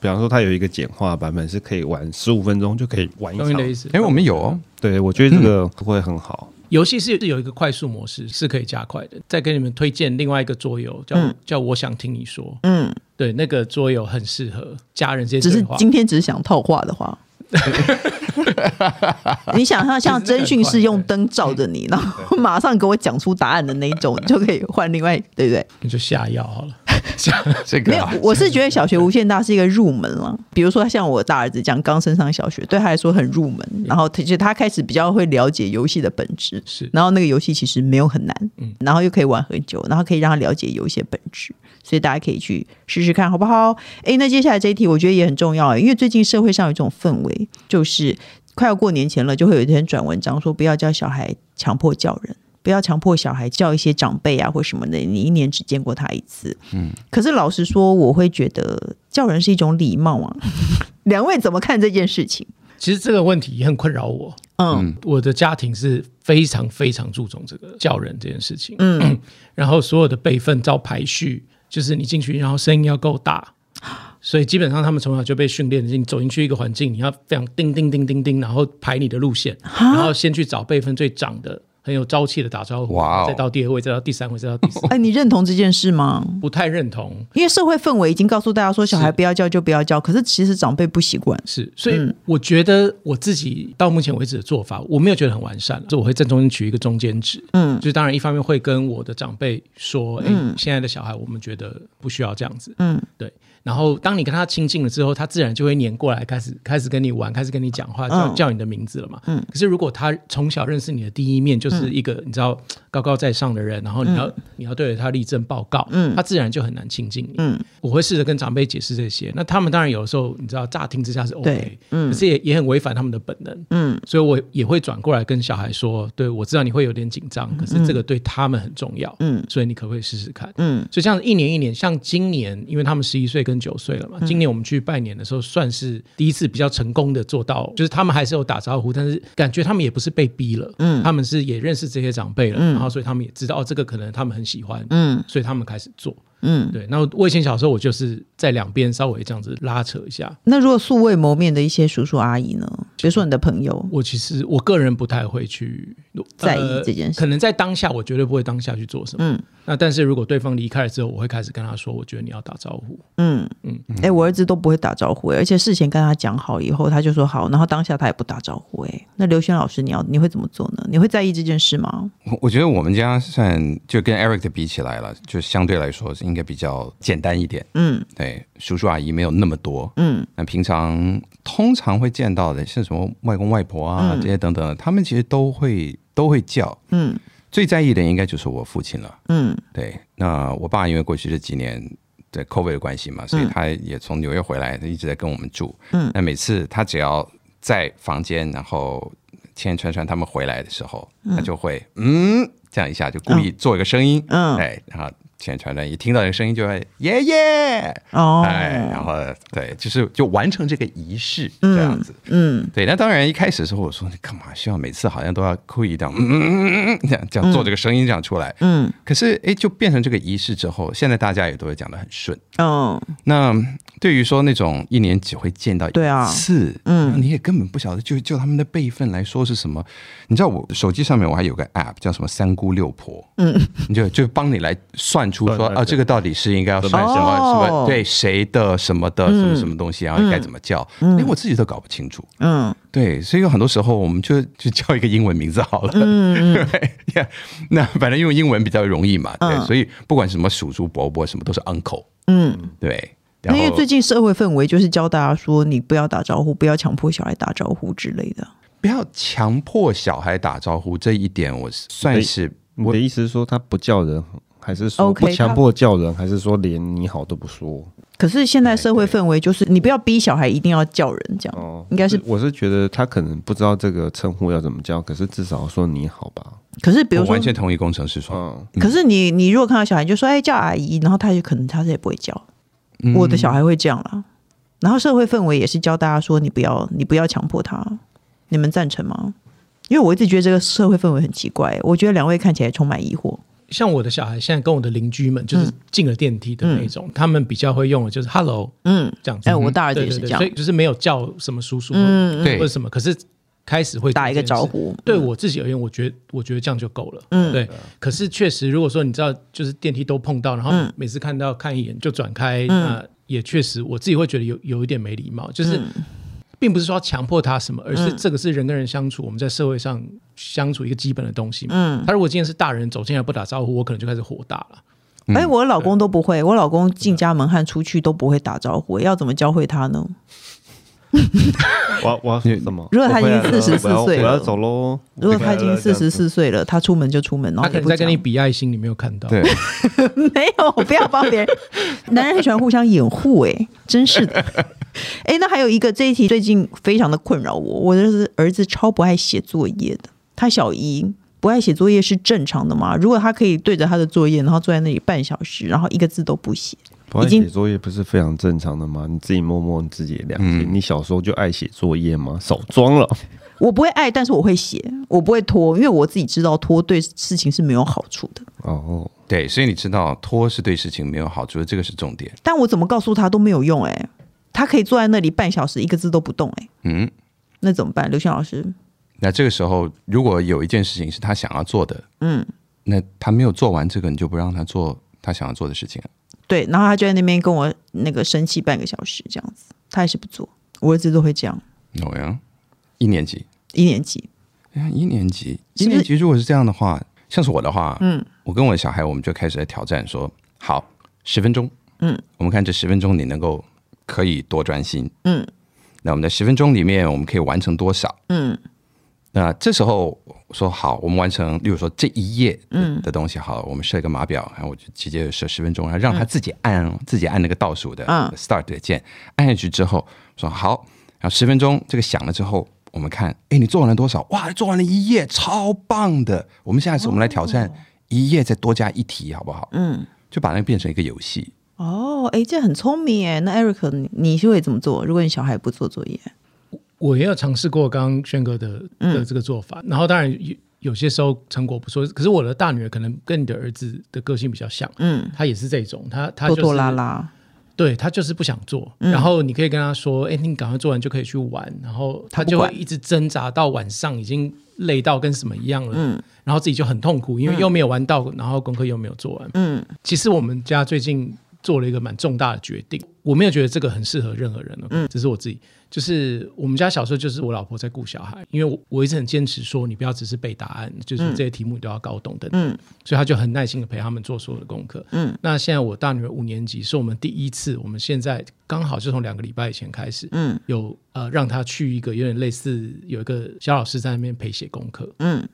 比方说，它有一个简化版本，是可以玩十五分钟就可以玩一
懂你的意
场。
思。
哎，我们有哦，
对，我觉得这个会很好。
游戏是是有一个快速模式是可以加快的。再跟你们推荐另外一个桌游，叫、叫我想听你说。
嗯，
对，那个桌游很适合家人之
只
间对
是
话。
今天只是想套话的话。你想象像侦讯是用灯照着你，然后马上给我讲出答案的那一种，你就可以换另外，对不对？
你就下药好了。下
这
没
个
有
啊，
我是觉得小学无限大是一个入门
[laughs]
了。比如说像我大儿子这样刚升上小学，对他来说很入门，然后他就他开始比较会了解游戏的本质，
是
然后那个游戏其实没有很难，
嗯
然后又可以玩很久，然后可以让他了解游戏的本质，所以大家可以去试试看，好不好？诶，那接下来这一题我觉得也很重要，因为最近社会上有一种氛围，就是快要过年前了，就会有一些人转文章说不要叫小孩强迫叫人。不要强迫小孩叫一些长辈啊或什么的，你一年只见过他一次。嗯，可是老实说，我会觉得叫人是一种礼貌 [laughs] 啊。两位怎么看这件事情？
其实这个问题也很困扰我。
嗯
我的家庭是非常非常注重这个叫人这件事情，
嗯，
[clears throat] 然后所有的辈分照排序，就是你进去，然后声音要够大。所以基本上他们从小就被训练，你走进去一个环境，你要非常叮叮叮叮叮，然后排你的路线，然后先去找辈分最长的、很有朝气的打招呼，
哇哦
再到第二位，再到第三位，再
[laughs]
到第四位。
哎，你认同这件事吗？
不太认同，
因为社会氛围已经告诉大家说，小孩不要叫就不要叫，可是其实长辈不习惯。
是，所
嗯
以我觉得我自己到目前为止的做法，我没有觉得很完善，所以我会在中间取一个中间值。
嗯
就是当然一方面会跟我的长辈说，哎、现在的小孩我们觉得不需要这样子。
嗯
对，然后当你跟他亲近了之后，他自然就会黏过来，开始开始跟你玩，开始跟你讲话，叫、
嗯
叫你的名字了嘛。可是如果他从小认识你的第一面
嗯
就是一个、你知道高高在上的人，然后你要、你要对着他立正报告，他自然就很难亲近你。
嗯
我会试着跟长辈解释这些，那他们当然有的时候你知道乍听之下是 OK，
对嗯
可是也也很违反他们的本能。
嗯
所以我也会转过来跟小孩说，对我知道你会有点紧张，可是这个对他们很重要，
嗯
所以你可不可以试试看？
嗯
所以这样一年一年，像今年，因为他们十一岁跟九岁了
嗯
嘛，今年我们去拜年的时候，算是第一次比较成功的做到，就是他们还是有打招呼，但是感觉他们也不是被逼了，
嗯
他们是也认识这些长辈了，
嗯
然后所以他们也知道、哦、这个可能他们很喜欢，
嗯
所以他们开始做。
嗯。
对，那我以前小时候我就是在两边稍微这样子拉扯一下。
那如果素未谋面的一些叔叔阿姨呢？比如说你的朋友，
我其实我个人不太会去呃
在意这件事
可能在当下我绝对不会当下去做什么。
嗯
那但是如果对方离开了之后，我会开始跟他说，我觉得你要打招呼。
嗯
嗯
嗯，哎、我儿子都不会打招呼、哎而且事前跟他讲好以后，他就说好，然后当下他也不打招呼、哎，那刘轩老师，你要你会怎么做呢？你会在意这件事吗？
我我觉得我们家算就跟 Eric 的比起来了，就相对来说是应该比较简单一点。
嗯
对，叔叔阿姨没有那么多。
嗯
那平常通常会见到的，像什么外公外婆啊、这些等等的，他们其实都会都会叫。
嗯
最在意的应该就是我父亲了。
嗯
对，那我爸因为过去这几年的 COVID 的关系嘛，所以他也从纽约回来，一直在跟我们住。
嗯
那每次他只要在房间，然后千川川他们回来的时候，他就会嗯这样一下，就故意做一个声音，
嗯
哎，然后千川川一听到这个声音就会爷爷，
哦，
哎，然后对，就是就完成这个仪式这样子。
嗯
对，那当然一开始的时候我说你干嘛需要每次好像都要故意这样，嗯嗯嗯嗯，这样这样做这个声音这样出来。
嗯
可是哎，诶就变成这个仪式之后，现在大家也都会讲得很顺。
哦
那对于说那种一年只会见到
对啊
一次，
嗯
然后你也根本不晓得就就他们的辈分来说是什么。你知道我手机上面我还有个 app 叫什么三姑六婆，嗯，你就就帮你来算出说
算那个
啊这个到底是应该要算什么
哦
什么对谁的什么的什么什么东西，然后应该怎么叫，连我自己都搞不清楚。
嗯
对，所以有很多时候我们就就叫一个英文名字好了。嗯， [laughs] 对，yeah, 那反正用英文比较容易嘛。对，
嗯
所以不管什么叔叔伯伯什么都是 uncle。
嗯，
对，
那
然后
因为最近社会氛围就是教大家说，你不要打招呼，不要强迫小孩打招呼之类的。
不要强迫小孩打招呼这一点，我算是
你的意思是说他不叫人，还是说
OK，
不强迫叫人，还是说连你好都不说？
可是现在社会氛围就是，你不要逼小孩一定要叫人这样，
哦，
应该
嗯
是。
我是觉得他可能不知道这个称呼要怎么叫，可是至少说你好吧。
可是比如
我
说
完，全同意工程师说，
嗯，
可是你你如果看到小孩就说哎叫阿姨，然后他就可能他也不会叫。
嗯
我的小孩会这样啦。然后社会氛围也是教大家说你不要你不要强迫他，你们赞成吗？因为我一直觉得这个社会氛围很奇怪，我觉得两位看起来充满疑惑。
像我的小孩现在跟我的邻居们，
嗯
就是进了电梯的那种，他们比较会用的就是 “hello”
嗯，
这样子。
哎，我大儿子
对
也
对
是这
对，
样
所，以就是没有叫什么叔叔
嗯，
对
或者什么，可是开始会
打一个
做这件
招
事。
呼，
对
嗯
我自己而言，我觉得我觉得这样就够了。
嗯
对。可是确实，如果说你知道，就是电梯都碰到，然后
嗯
每次看到看一眼就转开，那也确实我自己会觉得有有一点没礼貌，就是。
嗯
并不是说要强迫他什么，而是这个是人跟人相处，我们在社会上相处一个基本的东西嘛。
嗯
他如果今天是大人走进来不打招呼，我可能就开始火大了。
哎，我老公都不会，我老公进家门和出去都不会打招呼，要怎么教会他呢？
我我要说什么？
如果他已经
我回来了
44
我要
岁了
我要走喽。
如果他已经四十四岁了，他出门就出门，然
他
后
可
也
能
不
在跟
讲 [laughs]
你比爱心，你没有看到。
对，
没有，不要帮别人。 [laughs] 男人很喜欢互相掩护、哎，真是的。 [laughs] 哎、那还有一个这一题最近非常的困扰我，我就是儿子超不爱写作业的，他小一。不爱写作业是正常的吗？如果他可以对着他的作业，然后坐在那里半小时，然后一个字都不写，
不爱
已经
写作业不是非常正常的吗？你自己摸摸你自己的良心。
嗯
你小时候就爱写作业吗？少装了。
我不会爱，但是我会写，我不会拖，因为我自己知道拖对事情是没有好处的。
哦，
对，所以你知道拖是对事情没有好处，这个是重点。
但我怎么告诉他都没有用、哎，他可以坐在那里半小时一个字都不动、哎，
嗯，
那怎么办？刘翔老师，
那这个时候如果有一件事情是他想要做的，嗯，那他没有做完这个，你就不让他做他想要做的事情啊。
对，然后他就在那边跟我那个生气半个小时这样子，他还是不做。我儿子都会这样，
哦呀，一年级，
一年级，
哎呀，一年级，
是
一
不是
年级如果是这样的话，像是我的话，嗯，我跟我的小孩，我们就开始在挑战说，好，十分钟，嗯，我们看这十分钟你能够可以多专心，嗯，那我们在十分钟里面我们可以完成多少？
嗯
那这时候我说好，我们完成，例如说这一页嗯的东西好了，我们设一个码表，然后我就直接设十分钟，然后让他自己按、自己按那个倒数的、
嗯
start 的键，按下去之后说好，然后十分钟这个响了之后，我们看，哎，你做完了多少？哇，做完了一页，超棒的！我们下一次我们来挑战一页再多加一题，好不好？
哦嗯，
就把那个变成一个游戏。
哦，哎，这很聪明哎。那 Eric，你你是会怎么做？如果你小孩不做作业，
我也有尝试过刚刚轩哥的
嗯
的这个做法，然后当然有有些时候成果不错，可是我的大女儿可能跟你的儿子的个性比较像，
嗯，
她也是这种，她她
拖
就是
拖拉，嗯拉，
对她就是不想做。然后你可以跟她说，哎、你赶快做完就可以去玩，然后
她
她
不
就会
管
一直挣扎到晚上，已经累到跟什么一样了，
嗯
然后自己就很痛苦，因为又没有玩到，然后功课又没有做完。
嗯
其实我们家最近做了一个蛮重大的决定，我没有觉得这个很适合任何人哦，
嗯
只是我自己。就是我们家小时候就是我老婆在顾小孩，因为我我一直很坚持说你不要只是背答案，就是这些题目你都要搞懂等等，
嗯
所以她就很耐心的陪他们做所有的功课。
嗯，
那现在我大女儿五年级，是我们第一次，我们现在刚好就从两个礼拜以前开始，
嗯，
有呃让她去一个有点类似有一个小老师在那边陪写功课，
嗯，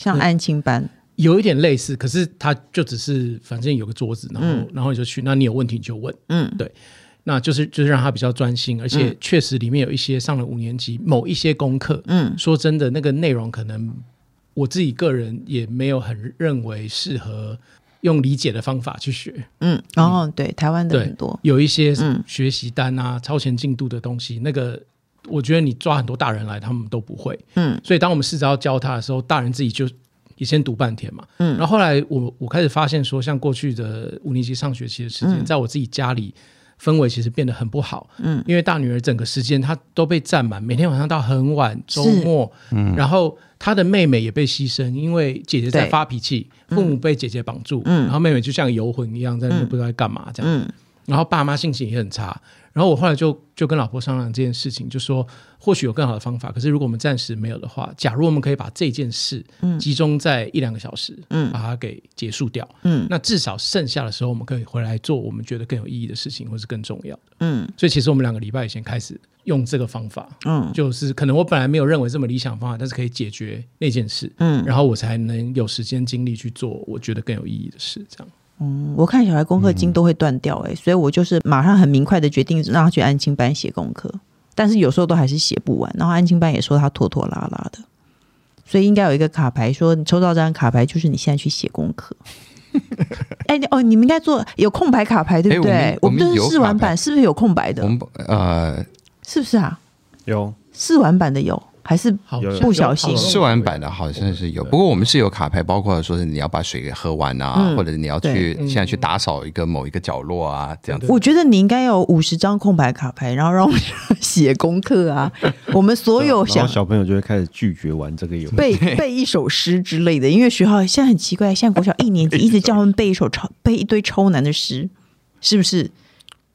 像安亲班，
有一点类似，可是他就只是反正有个桌子，然后、然后你就去，那你有问题你就问，
嗯，
对，那就是就是让他比较专心，而且确实里面有一些上了五年级某一些功课，
嗯
说真的，那个内容可能我自己个人也没有很认为适合用理解的方法去学，
嗯，然、后、对台湾的
对
很多，
有一些
嗯
学习单啊、超前进度的东西，那个我觉得你抓很多大人来，他们都不会。
嗯
所以当我们试着要教他的时候，大人自己就也先读半天嘛。
嗯
然后后来我我开始发现说，像过去的五年级上学期的时间，在我自己家里氛围其实变得很不好。
嗯，
因为大女儿整个时间她都被占满，每天晚上到很晚，周末，嗯，然后她的妹妹也被牺牲，因为姐姐在
对
发脾气，父母被姐姐绑住，
嗯
然后妹妹就像游魂一样在那边不知道在干嘛这样。
嗯
然后爸妈心情也很差。然后我后来就就跟老婆商量这件事情，就说或许有更好的方法，可是如果我们暂时没有的话，假如我们可以把这件事集中在一两个小时，
嗯
把它给结束掉，
嗯
那至少剩下的时候我们可以回来做我们觉得更有意义的事情，或是更重要的。
嗯
所以其实我们两个礼拜以前开始用这个方法，
嗯
就是可能我本来没有认为这么理想的方法，但是可以解决那件事，
嗯，
然后我才能有时间精力去做我觉得更有意义的事，这样。
嗯，我看小孩功课经都会断掉、欸，哎、所以我就是马上很明快的决定让他去安亲班写功课，但是有时候都还是写不完，然后安亲班也说他拖拖拉拉的，所以应该有一个卡牌说，你抽到这张卡牌就是你现在去写功课。哎、你哦，你们应该做有空白卡牌，对不对？
哎
我
我们
们这
我们有
是试玩
卡牌
版，是不是有空白的
我？们呃
是不是啊？
有
试玩版的有还是
好
有有
不小心
试玩版的好像是有，不过我们是有卡牌，包括说是你要把水给喝完啊，
嗯
或者你要去现在去打扫一个某一个角落啊，这样子。
我觉得你应该有五十张空白卡牌，然后让我们 [laughs] 写功课啊。我们所有
啊然
想
后小朋友就会开始拒绝玩这个游
[laughs]
戏。
背背一首诗之类的，因为学校现在很奇怪，现在国小一年级一直叫他们 [laughs] 背一首超背一堆超难的诗，是不是？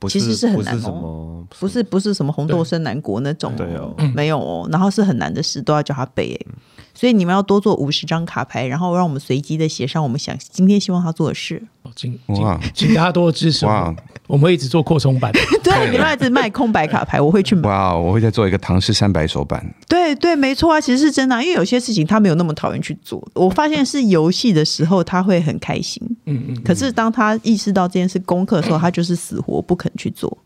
不
其实是很
不是
难哦
什么，
不是不是什么红豆生南国那种、
对哦，
没有哦。然后是很难的诗，都要叫他背、欸。所以你们要多做五十张卡牌，然后让我们随机的写上我们想今天希望他做的事。
请
嗯
哇
请请大家多支持我
哇
们，我们会一直做扩充 [laughs] 版。
[laughs] 对，你们要一直卖空白卡牌，我会去买。
哇，我会再做一个唐诗三百首版，
对对，没错啊，其实是真的啊、因为有些事情他没有那么讨厌去做。我发现是游戏的时候他会很开心，
嗯嗯，
可是当他意识到这件事功课的时候，他就是死活不肯去做。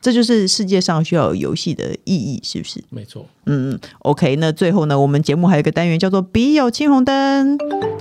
这就是世界上需要有游戏的意义，是不是？
没错，
嗯，OK。那最后呢，我们节目还有一个单元叫做“笔友青红灯”，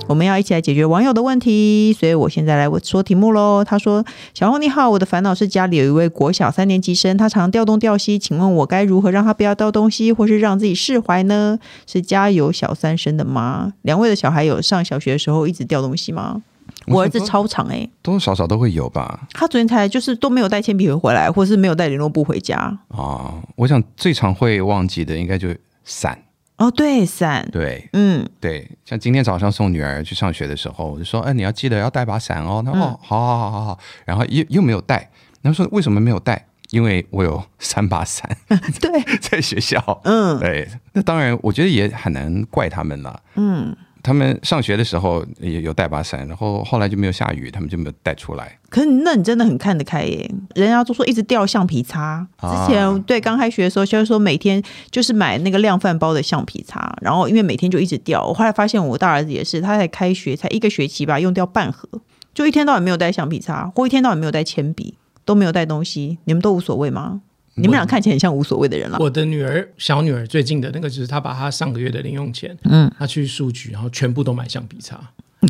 我们要一起来解决网友的问题。所以我现在来说题目喽。他说：“小红你好，我的烦恼是家里有一位国小三年级生，他常掉东掉西，请问我该如何让他不要掉东西，或是让自己释怀呢？是家有小三生的吗？两位的小孩有上小学的时候一直掉东西吗？我儿子超常哎、
多多少少都会有吧？
他昨天才就是都没有带铅笔盒回来，或是没有带联络簿回家。
啊，我想最常会忘记的应该就是伞，
哦，对，伞，
对
嗯，
对，像今天早上送女儿去上学的时候，我就说，哎，你要记得要带把伞哦。她说，
嗯
哦，好好好好好，然后又又没有带，然后说为什么没有带？因为我有三把伞 [laughs]
对，
在学校，
嗯
对，那当然，我觉得也很难怪他们了。嗯，他们上学的时候也有带把伞，然后后来就没有下雨，他们就没有带出来。
可是那你真的很看得开耶，人家都说一直掉橡皮擦。之前、
啊
对刚开学的时候，就是说每天就是买那个量贩包的橡皮擦，然后因为每天就一直掉。我后来发现我大儿子也是，他才开学才一个学期吧，用掉半盒，就一天到晚没有带橡皮擦，或一天到晚没有带铅笔，都没有带东西。你们都无所谓吗？你们俩看起来很像无所谓的人啦。
我的女儿小女儿最近的那个，就是她把她上个月的零用钱，嗯，她去书局，然后全部都买橡皮擦，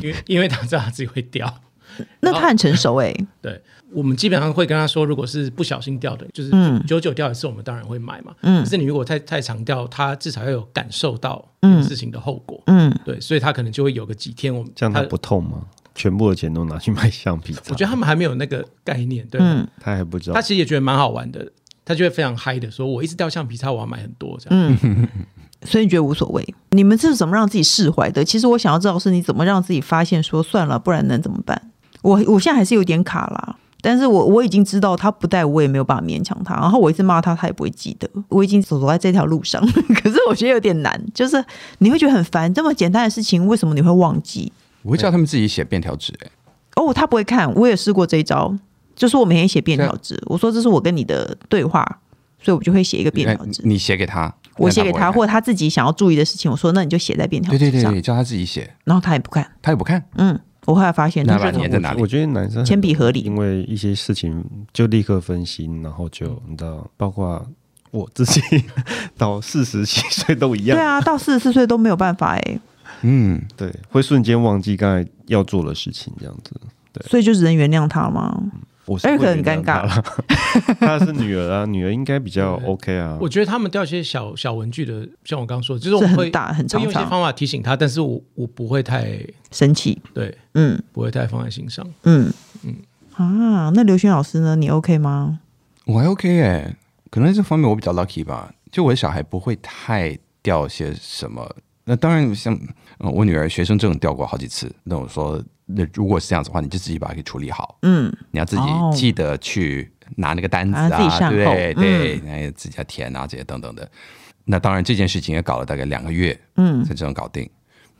因为 [laughs] 因为她知道她自己会掉。
那他很成熟哎、
对，我们基本上会跟她说，如果是不小心掉的，就是久久掉一次，我们当然会买嘛。嗯，可是你如果太太常掉，她至少要有感受到事情的后果。
嗯，
对，所以她可能就会有个几天，我们
这样他
她
不痛吗？全部的钱都拿去买橡皮擦，
我觉得他们还没有那个概念，对，
嗯
他还不知道
他。其实也觉得蛮好玩的，他就会非常嗨的说：“我一直掉橡皮擦，我要买很多这样。
所以你觉得无所谓？你们是怎么让自己释怀的？其实我想要知道是你怎么让自己发现说算了，不然能怎么办？我我现在还是有点卡啦，但是我我已经知道他不带我也没有办法勉强他，然后我一直骂他，他也不会记得。我已经走走在这条路上， [laughs] 可是我觉得有点难，就是你会觉得很烦，这么简单的事情为什么你会忘记？
我会叫他们自己写便条纸、哎
哦，他不会看，我也试过这一招，就是我每天写
啊
便条纸，我说这是我跟你的对话，所以我就会写一个便条纸
哎。你写给他，
我
但
写给他，
不会
或者他自己想要注意的事情，我说那你就写在便条
看
纸
对
上，
对对对，叫他自己写，
然后他也不看。
他也不看，
嗯，我后来发现
那
他
把
就
粘
[laughs]
是
在哪里
我？觉得男生很
铅笔盒里
因为一些事情就立刻分心，然后就你知道，包括我自己 [laughs] 到四十几岁都一
对
样，
啊，到四十四岁都没有办法哎、
嗯，
对，会瞬间忘记刚才要做的事情，这样子。
所以就只能原谅他
嗯
吗？
我是
哎
会
很尴
原谅
尬
他啦， [laughs] 她是女儿啊，女儿应该比较 OK 啊。
我觉得他们掉一些小小文具的，像我刚刚说的，就是我们
是很
会
大很
会
常
用一些
常
方法提醒他，但是我我不会太
生气，
对，
嗯
不会太放在心上。
嗯嗯啊，那刘轩老师呢？你 OK 吗？
我还 OK 哎、可能这方面我比较 lucky 吧，就我的小孩不会太掉些什么。那当然像，呃我女儿学生证掉过好几次，那我说，那如果是这样子的话，你就自己把它给处理好，
嗯，
你要自己
哦
记得去拿那个单子
啊自己
啊，
善后嗯
对对，那、也自己要填啊这些等等的。那当然这件事情也搞了大概两个月，
嗯
才这样搞定。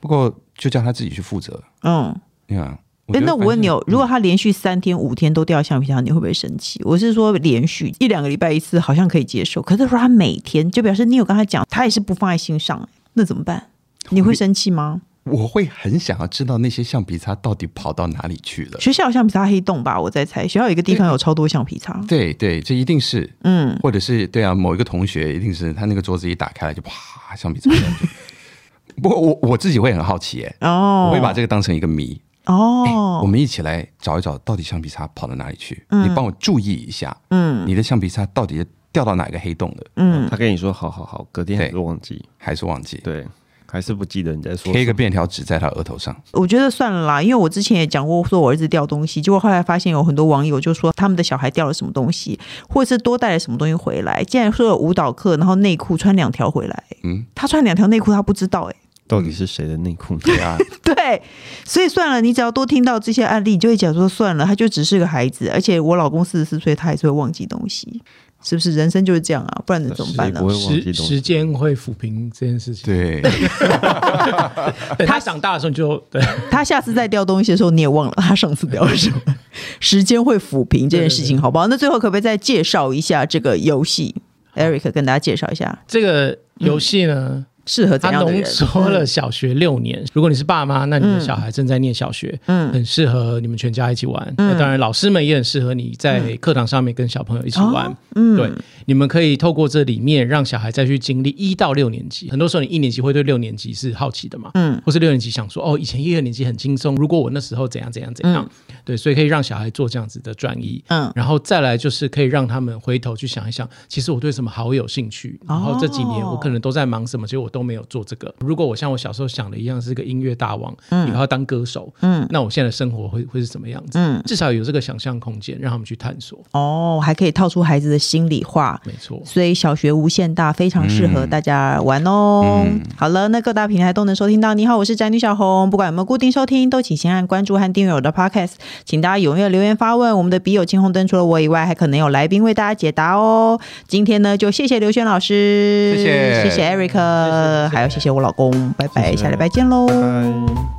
不过就叫他自己去负责，
嗯。
你看。
哎
觉，得
那我问你哦
反，正嗯
如果他连续三天、五天都掉橡皮擦，你会不会生气？我是说连续一两个礼拜一次，好像可以接受。可是如欸果他每天，就表示你有跟他讲，他也是不放在心上，那怎么办？你会生气吗？
我会很想要知道那些橡皮擦到底跑到哪里去了。
学校有橡皮擦黑洞吧？我在猜，学校有一个地方有超多橡皮擦。
对对，这一定是，
嗯，
或者是对啊，某一个同学一定是他那个桌子一打开来就啪橡皮擦掉进去。 [laughs] 不过我我自己会很好奇耶、
哦，
我会把这个当成一个谜。哎
哦，
我们一起来找一找，到底橡皮擦跑到哪里去？你帮我注意一下，
嗯
你的橡皮擦到底掉到哪个黑洞了，
嗯，
他跟你说好好好，隔天还是忘记，
还是忘记？
对，还是不记得你在说
贴一
什
个
么。
便条纸在他额头上。
我觉得算了啦，因为我之前也讲过，说我儿子掉东西，结果后来发现有很多网友就说他们的小孩掉了什么东西，或者是多带了什么东西回来，竟然说有舞蹈课，然后内裤穿两条回来，
嗯，
他穿两条内裤他不知道、欸， [laughs]
到底是谁的内裤呢？ [laughs]
对啊，
对，所以算了，你只要多听到这些案例，你就会讲说算了，他就只是个孩子，而且我老公四十四岁，他还是会忘记东西，是不是？人生就是这样啊，不然能怎么办呢
谁不？会忘记
时
东西
时间会抚平这件事
[laughs]
情。
对，
等他长大的时候你就对
他下次再掉东西的时候，你也忘了他上次掉了什么。时间会抚平这件事情，好不好？那最后可不可以再介绍一下这个游戏？Eric 跟大家介绍一下，
这个游戏呢，
适合
它
怎样的
浓
人？嗯
缩了小学六年。如果你是爸妈，那你的小孩正在念小学，
嗯
很适合你们全家一起玩。那当然，老师们也很适合你在课堂上面跟小朋友一起玩。
嗯
对，你们可以透过这里面让小孩再去经历一到六年级。很多时候，你一年级会对六年级是好奇的嘛，
嗯，
或是六年级想说，哦，以前一二年级很轻松，如果我那时候怎样怎样怎样，对，所以可以让小孩做这样子的转移。
嗯
然后再来就是可以让他们回头去想一想，其实我对什么好有兴趣，然后这几年我可能都在忙什么，结果我都没有做这个。如果我像我小时候想的一样是个音乐大王，以后要当歌手，
嗯
那我现在的生活会会是什么样子？
嗯，
至少有这个想象空间，让他们去探索。
哦，还可以套出孩子的心里话。
没错，
所以小学无限大，非常适合大家玩哦。好了，那各大平台都能收听到。你好，我是宅女小红。不管有没有固定收听，都请先按关注和订阅我的 Podcast。请大家踊跃留言发问。我们的笔友青红灯除了我以外，还可能有来宾为大家解答哦。今天呢，就谢谢刘轩老师，
谢谢
谢谢 Eric，
谢谢
还有谢谢我老公。拜拜，
谢谢
下礼拜见喽。
拜拜。